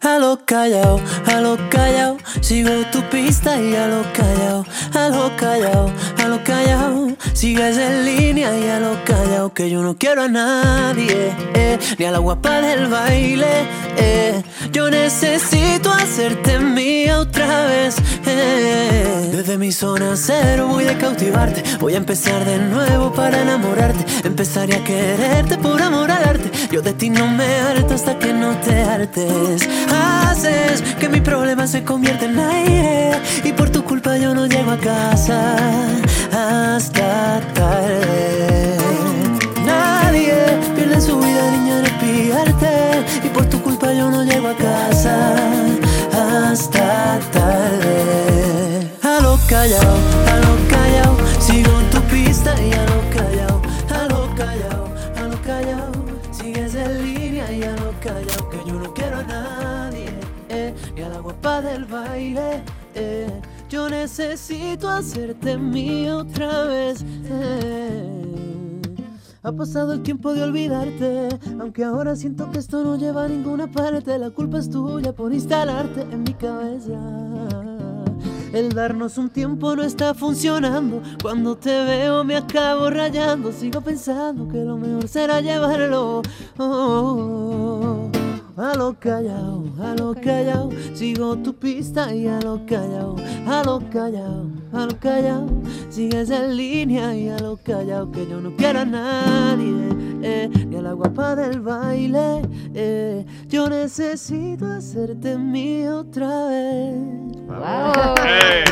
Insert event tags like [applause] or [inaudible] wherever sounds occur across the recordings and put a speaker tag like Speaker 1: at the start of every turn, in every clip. Speaker 1: a lo callao, a lo callao. Sigo tu pista y a lo callao, a lo callao, a lo callao. Sigues en línea y a lo callao. Que yo no quiero a nadie, eh, ni a la guapa del baile. eh. Yo necesito hacerte mía otra vez. eh. Desde mi zona cero voy a cautivarte. Voy a empezar de nuevo para enamorarte. Empezaré a quererte por amor al arte. Yo de ti no me harto hasta que no te hartes. Haces que mi problema se convierta en aire. Y por tu culpa yo no llego a casa hasta tarde. Nadie pierde su vida, niña, en espiarte. Y por tu culpa yo no llego a casa hasta tarde. A lo callao, a lo callao. Sigo en tu pista y a lo callao, a lo callao, a lo callao. Sigues en línea y a lo callao. Que yo no quiero a nadie, eh, ni a la guapa del baile. eh. Yo necesito hacerte mía otra vez. eh. Ha pasado el tiempo de olvidarte, aunque ahora siento que esto no lleva a ninguna parte. La culpa es tuya por instalarte en mi cabeza. El darnos un tiempo no está funcionando. Cuando te veo me acabo rayando. Sigo pensando que lo mejor será llevarlo. Oh, oh, oh. A lo callao, a lo callao, sigo tu pista y a lo callao, a lo callao, a lo callao, sigues en línea y a lo callao, que yo no quiero a nadie, eh, ni a la guapa del baile, eh, yo necesito hacerte mío otra vez.
Speaker 2: Wow.
Speaker 3: Eh,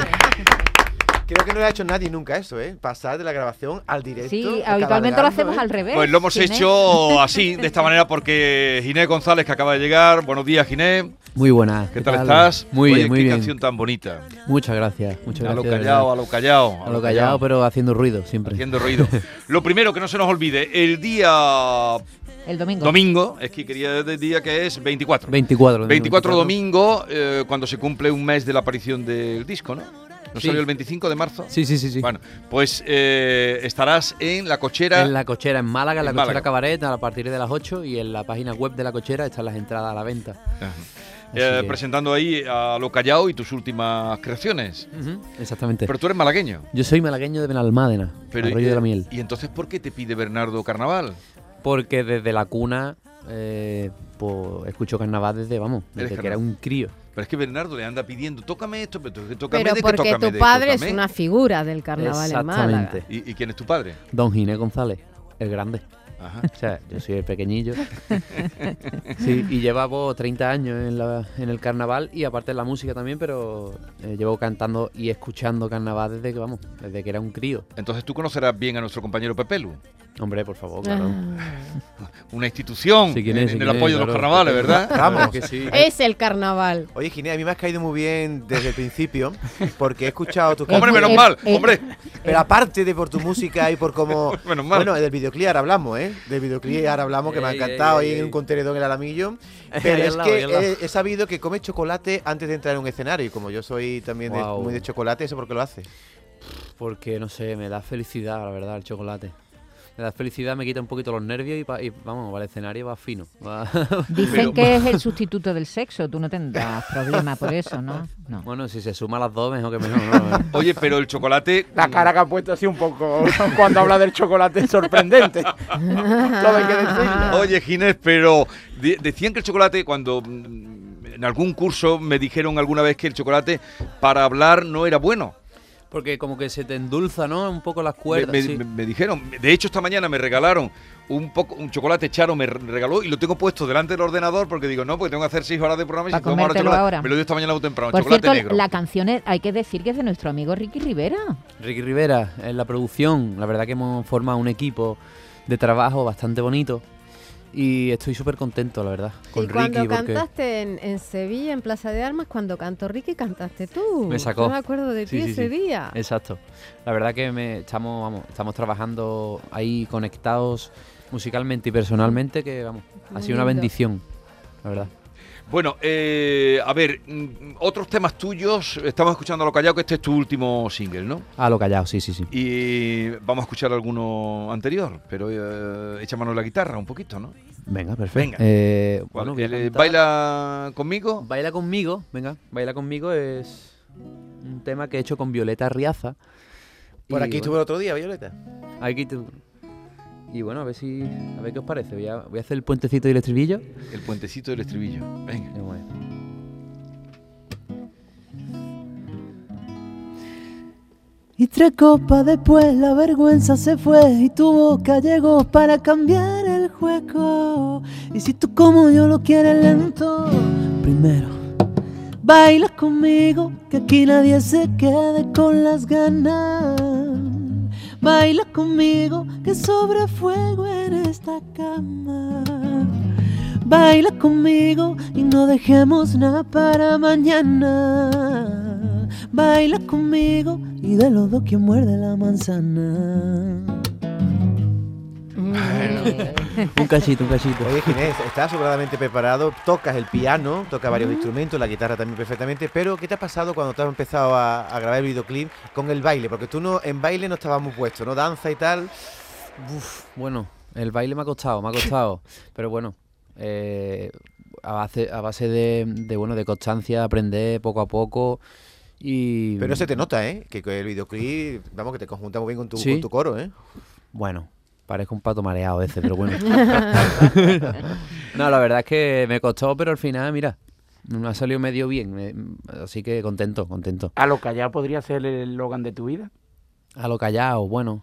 Speaker 4: Creo que no lo ha hecho nadie nunca eso, ¿eh? Pasar de la grabación al directo.
Speaker 2: Sí,
Speaker 4: acabar
Speaker 2: habitualmente lo
Speaker 4: hablando,
Speaker 2: hacemos
Speaker 4: ¿eh?
Speaker 2: al revés.
Speaker 3: Pues lo hemos
Speaker 2: Ginés.
Speaker 3: hecho así, de esta manera, porque Ginés González, que acaba de llegar. Buenos días, Ginés.
Speaker 5: Muy buenas.
Speaker 3: ¿Qué tal estás?
Speaker 5: Muy
Speaker 3: Oye,
Speaker 5: bien, muy
Speaker 3: qué
Speaker 5: bien.
Speaker 3: canción tan bonita.
Speaker 5: Muchas gracias. Muchas
Speaker 3: A lo
Speaker 5: gracias, de
Speaker 3: callado,
Speaker 5: verdad.
Speaker 3: a lo callado.
Speaker 5: A lo callado, pero haciendo ruido siempre.
Speaker 3: Haciendo
Speaker 5: [laughs]
Speaker 3: ruido. Lo primero que no se nos olvide, el día
Speaker 2: El domingo.
Speaker 3: domingo, es que quería el día que es 24.
Speaker 5: 24.
Speaker 3: 24 domingo, eh, cuando se cumple un mes de la aparición del disco, ¿no? ¿No
Speaker 5: Sí.
Speaker 3: salió el 25 de marzo?
Speaker 5: Sí, sí, sí. sí.
Speaker 3: Bueno, pues eh, estarás en la cochera.
Speaker 5: En la cochera en Málaga, en la
Speaker 3: En
Speaker 5: cochera
Speaker 3: Málaga.
Speaker 5: Cabaret, a partir de las 8 y en la página web de la cochera están las entradas a la venta.
Speaker 3: Ajá.
Speaker 5: Así
Speaker 3: eh,
Speaker 5: que-
Speaker 3: Presentando ahí a Lo Callao y tus últimas creaciones.
Speaker 5: Ujú, Exactamente.
Speaker 3: Pero tú eres malagueño.
Speaker 5: Yo soy malagueño de Benalmádena,
Speaker 3: Pero,
Speaker 5: Arroyo de la Miel.
Speaker 3: ¿Y entonces por qué te pide Bernardo Carnaval?
Speaker 5: Porque desde la cuna eh, pues, escucho carnaval desde, vamos,
Speaker 3: Eres
Speaker 5: desde que era
Speaker 3: carnaval.
Speaker 5: un crío.
Speaker 3: Pero es que Bernardo le anda pidiendo, tócame esto, pero tócame
Speaker 2: Pero
Speaker 3: de que
Speaker 2: porque
Speaker 3: tócame
Speaker 2: tu
Speaker 3: de,
Speaker 6: Padre es
Speaker 3: tócame.
Speaker 6: una figura del carnaval en Málaga.
Speaker 5: Exactamente.
Speaker 3: ¿Y, y quién es tu padre?
Speaker 5: Don Ginés González, el grande.
Speaker 3: Ajá.
Speaker 5: O sea, yo soy el pequeñillo. Sí, y llevamos 30 años en, la- en el carnaval y aparte en la música también, pero eh, llevo cantando y escuchando carnaval desde que, vamos, desde que era un crío.
Speaker 3: Entonces tú conocerás bien a nuestro compañero Pepelu,
Speaker 5: Hombre, por
Speaker 6: Ah,
Speaker 5: favor, claro. [laughs]
Speaker 3: una institución
Speaker 5: Sí, quién
Speaker 3: en,
Speaker 5: es,
Speaker 3: en
Speaker 5: sí,
Speaker 3: el
Speaker 5: quién es,
Speaker 3: apoyo de los
Speaker 5: claro.
Speaker 3: carnavales, ¿verdad?
Speaker 5: [laughs]
Speaker 4: Vamos. Eh,
Speaker 5: Que sí.
Speaker 6: Ah, es el carnaval.
Speaker 4: Oye, Ginés, a mí me has caído muy bien desde el principio, porque he
Speaker 2: [laughs]
Speaker 4: escuchado tus
Speaker 3: Hombre,
Speaker 4: canciones,
Speaker 3: menos
Speaker 2: eh,
Speaker 3: mal,
Speaker 2: eh.
Speaker 3: hombre.
Speaker 4: Pero aparte de por tu música y por
Speaker 5: [laughs]
Speaker 4: cómo.
Speaker 3: Menos mal.
Speaker 4: Bueno, del videoclip ahora hablamos, ¿eh? Del videoclip ahora hablamos, que me ha
Speaker 5: Ey,
Speaker 4: encantado
Speaker 5: ey,
Speaker 4: ahí
Speaker 5: ey,
Speaker 4: en un
Speaker 5: ey.
Speaker 4: contenedor en el alamillo.
Speaker 5: [laughs] Ahí
Speaker 4: Pero
Speaker 5: al
Speaker 4: es
Speaker 5: lado,
Speaker 4: que eh,
Speaker 5: ahí al lado.
Speaker 4: he, he sabido que come chocolate antes de entrar en un escenario. Y como yo soy también de-
Speaker 5: Guau.
Speaker 4: muy de chocolate, eso porque lo hace.
Speaker 5: Porque, no sé, me da felicidad, la verdad, el chocolate. Me da felicidad, me quita un poquito los nervios y, pa- y, vamos, para el escenario va fino. va- [laughs]
Speaker 2: Dicen que es el sustituto del sexo. Tú no tendrás problema por eso, ¿no? No.
Speaker 5: bueno, si se suma las dos, mejor que mejor. ¿no?
Speaker 3: [laughs] Oye, pero el chocolate.
Speaker 7: La cara que ha puesto así un poco [laughs] cuando habla del chocolate es sorprendente. Todo hay que
Speaker 2: Ah.
Speaker 7: decirlo.
Speaker 3: Oye, Ginés, pero de- decían que el chocolate, cuando mm, en algún curso me dijeron alguna vez que el chocolate para hablar no era bueno.
Speaker 5: Porque como que se te endulza, ¿no? Un poco las
Speaker 3: Me,
Speaker 5: cuerdas.
Speaker 3: me-
Speaker 5: sí.
Speaker 3: me- me dijeron, de hecho esta mañana me regalaron un poco un chocolate Charo me re- regaló y lo tengo puesto delante del ordenador porque digo, no, porque tengo que hacer seis horas de programa y
Speaker 2: Pa'
Speaker 3: si tomo ahora
Speaker 2: comértelo
Speaker 3: chocolate,
Speaker 2: ahora.
Speaker 3: me lo dio esta mañana muy temprano,
Speaker 2: Por
Speaker 3: chocolate
Speaker 2: cierto,
Speaker 3: negro.
Speaker 2: la canción es- hay que decir que es de nuestro amigo Ricky Rivera.
Speaker 5: Ricky Rivera en la producción. La verdad que hemos formado un equipo de trabajo bastante bonito. Y estoy súper contento, la verdad, con
Speaker 6: y
Speaker 5: Ricky.
Speaker 6: cuando
Speaker 5: porque
Speaker 6: cantaste en, en Sevilla, en Plaza de Armas, cuando cantó Ricky, cantaste tú.
Speaker 5: Me sacó.
Speaker 6: Yo me acuerdo de
Speaker 5: Sí,
Speaker 6: ti
Speaker 5: sí,
Speaker 6: ese
Speaker 5: sí.
Speaker 6: día.
Speaker 5: Exacto. La verdad que me, estamos, vamos, estamos trabajando ahí conectados musicalmente y personalmente, que vamos, ha
Speaker 6: Muy
Speaker 5: sido una
Speaker 6: lindo.
Speaker 5: bendición, la verdad.
Speaker 3: Bueno, eh, a ver, mm, otros temas tuyos. Estamos escuchando a lo callado, que este es tu último single, ¿no?
Speaker 5: Ah, lo callado, sí, sí, sí.
Speaker 3: Y vamos a escuchar alguno anterior, pero eh, echa mano a la guitarra un poquito, ¿no?
Speaker 5: Venga, perfecto.
Speaker 3: Venga.
Speaker 5: Eh, bueno, voy a
Speaker 3: Eh,
Speaker 5: cantar-
Speaker 3: ¿Baila conmigo?
Speaker 5: Baila conmigo, venga, Baila conmigo es un tema que he hecho con Violeta Riaza.
Speaker 4: Por
Speaker 5: Y,
Speaker 4: aquí estuvo
Speaker 5: bueno,
Speaker 4: el otro día, Violeta.
Speaker 5: Aquí tu- Y bueno, a ver si a ver qué os parece. Voy a, voy a hacer el puentecito y el estribillo.
Speaker 3: El puentecito del estribillo. Venga.
Speaker 5: Qué guay.
Speaker 1: Y tres copas después la vergüenza se fue y tu boca llegó para cambiar el juego. Y si tú como yo lo quieres lento, primero bailas conmigo, que aquí nadie se quede con las ganas. Baila conmigo, que sobra fuego en esta cama. Baila conmigo y no dejemos nada para mañana. Baila conmigo y de los dos quien muerde la manzana.
Speaker 6: Mm. [laughs]
Speaker 5: Un cachito, un cachito.
Speaker 4: Oye, Ginés, estás sobradamente preparado, tocas el piano, tocas varios instrumentos, la guitarra también perfectamente, pero ¿qué te ha pasado cuando te has empezado a, a grabar el videoclip con el baile? Porque tú no en baile no estabas muy puesto, ¿no? Danza y tal.
Speaker 5: [laughs] Uf, bueno, el baile me ha costado, me ha costado. pero bueno, eh, a base, a base de, de, bueno, de constancia, aprender poco a poco. Y
Speaker 4: Pero se te nota, ¿eh? Que con el videoclip, vamos, que te conjunta muy bien con tu,
Speaker 5: Sí.
Speaker 4: con tu coro, ¿eh?
Speaker 5: Bueno, parezco un pato mareado ese, pero [laughs] bueno. no, la verdad es que me costó, pero al final, mira, me ha salido medio bien. me- así que contento, contento.
Speaker 7: A lo callado podría ser el Logan de tu vida.
Speaker 5: A lo callado, bueno.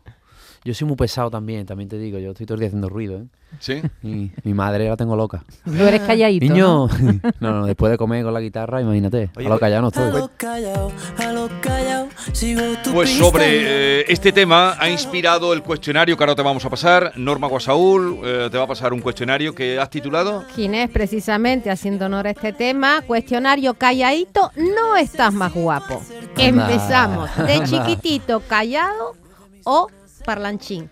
Speaker 5: Yo soy muy pesado también, también te digo. Yo estoy todo el día haciendo ruido, ¿eh?
Speaker 3: ¿Sí?
Speaker 5: Y mi madre la tengo loca.
Speaker 2: Tú eres calladito. ¿no?
Speaker 5: Niño, [laughs] no, no, después de comer con la guitarra, imagínate.
Speaker 4: Oye,
Speaker 5: a
Speaker 3: Pues
Speaker 5: lo callado no
Speaker 1: A
Speaker 5: estoy.
Speaker 1: lo callao, a lo callao, sigo tu
Speaker 3: Pues
Speaker 1: pista y-
Speaker 3: sobre eh, este tema ha inspirado el cuestionario que ahora te vamos a pasar. Norma Guasaúl eh, te va a pasar un cuestionario que has titulado.
Speaker 6: Ginés, precisamente haciendo honor a este tema, cuestionario calladito, no estás más guapo. Empezamos. De
Speaker 5: Anda.
Speaker 6: chiquitito, callado o parlanchín.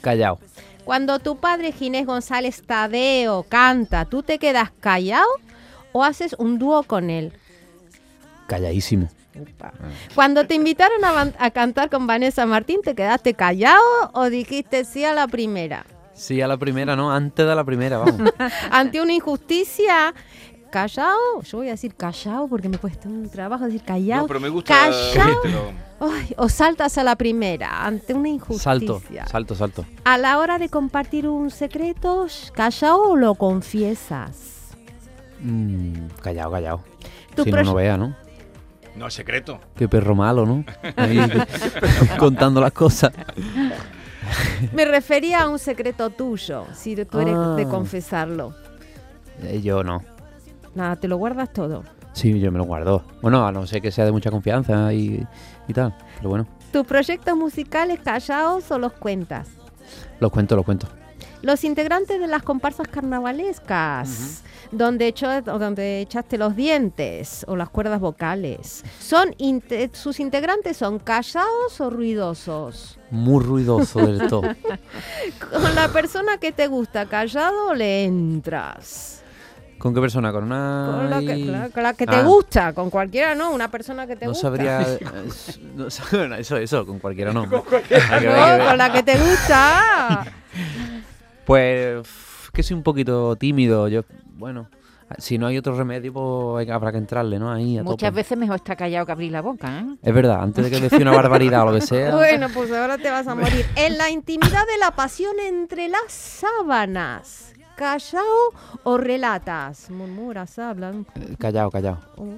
Speaker 5: Callado.
Speaker 6: Cuando tu padre Ginés González Tadeo canta, ¿tú te quedas callado o haces un dúo con él?
Speaker 5: Calladísimo.
Speaker 6: Cuando te invitaron a, ban- a cantar con Vanessa Martín, ¿te quedaste callado o dijiste sí a la primera?
Speaker 5: Sí, a la primera, ¿no? Antes de la
Speaker 2: [laughs]
Speaker 5: primera, vamos.
Speaker 6: Ante una injusticia, callado, yo voy a decir callado porque me cuesta un trabajo decir callado.
Speaker 3: No, pero me gusta. [laughs]
Speaker 6: Callao.
Speaker 3: oírtelo.
Speaker 6: Ay, o saltas a la primera, ante una
Speaker 5: Salto,
Speaker 6: injusticia.
Speaker 5: salto, salto.
Speaker 6: A la hora de compartir un secreto, sh, callado o lo confiesas.
Speaker 5: Mm, callado, callado.
Speaker 6: Tu
Speaker 5: Si no, no
Speaker 6: proye-
Speaker 5: vea, ¿no?
Speaker 3: No es secreto.
Speaker 5: Qué perro malo, ¿no?
Speaker 2: [laughs]
Speaker 5: Ahí, [laughs] contando las cosas.
Speaker 6: Me refería a un secreto tuyo, si tú eres de
Speaker 5: Ah.
Speaker 6: confesarlo.
Speaker 5: Eh, yo no.
Speaker 6: Nada, te lo guardas todo.
Speaker 5: Sí, yo me lo guardo. Bueno, a no ser que sea de mucha confianza y, y tal. Pero bueno,
Speaker 6: ¿Tus proyectos musicales callados o los cuentas?
Speaker 5: los cuento, los cuento.
Speaker 6: Los integrantes de las comparsas carnavalescas, donde, echo- o donde echaste los dientes o las cuerdas vocales, son inte- ¿sus integrantes son callados o ruidosos?
Speaker 5: Muy ruidoso del todo.
Speaker 6: ¿Con la persona que te gusta, callado o le entras?
Speaker 5: [laughs] ¿Con qué persona? ¿Con una...?
Speaker 6: Con la que,
Speaker 5: y-
Speaker 6: la- con la que te
Speaker 5: Ah,
Speaker 6: gusta, con cualquiera no, una persona que te
Speaker 5: No
Speaker 6: gusta. [laughs]
Speaker 5: sabría... es- no [laughs] sab- no, eso, eso, con cualquiera no. Hay que ver, hay que
Speaker 6: No,
Speaker 5: ver.
Speaker 6: con la que te
Speaker 5: [laughs]
Speaker 6: gusta.
Speaker 5: Pues f- que soy un poquito tímido. Yo, bueno, si no hay otro remedio, pues hay que- habrá que entrarle, ¿no? Ahí a
Speaker 2: Muchas
Speaker 5: tope.
Speaker 2: veces mejor estar callado que abrir la boca, ¿eh?
Speaker 5: Es verdad, antes de que decía una barbaridad o lo que sea.
Speaker 6: Bueno, [laughs] pues ahora te [laughs] vas a morir. En la intimidad de la pasión entre las sábanas. ¿Callao o relatas? Murmuras, hablan.
Speaker 5: eh, Callado, callado.
Speaker 6: Oh,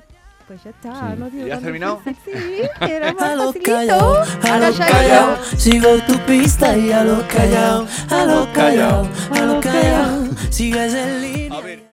Speaker 6: Pues ya está,
Speaker 5: Sí.
Speaker 6: no digo
Speaker 3: ¿Ya has
Speaker 6: tan
Speaker 3: terminado?
Speaker 6: difícil. Sí,
Speaker 1: [laughs]
Speaker 6: era
Speaker 1: A
Speaker 6: más
Speaker 1: lo
Speaker 6: facilito.
Speaker 1: callao, a lo
Speaker 6: Calladito.
Speaker 1: callao, sigo tu pista y a lo callao, a lo callao, a lo callao, sigues en línea.
Speaker 3: A ver.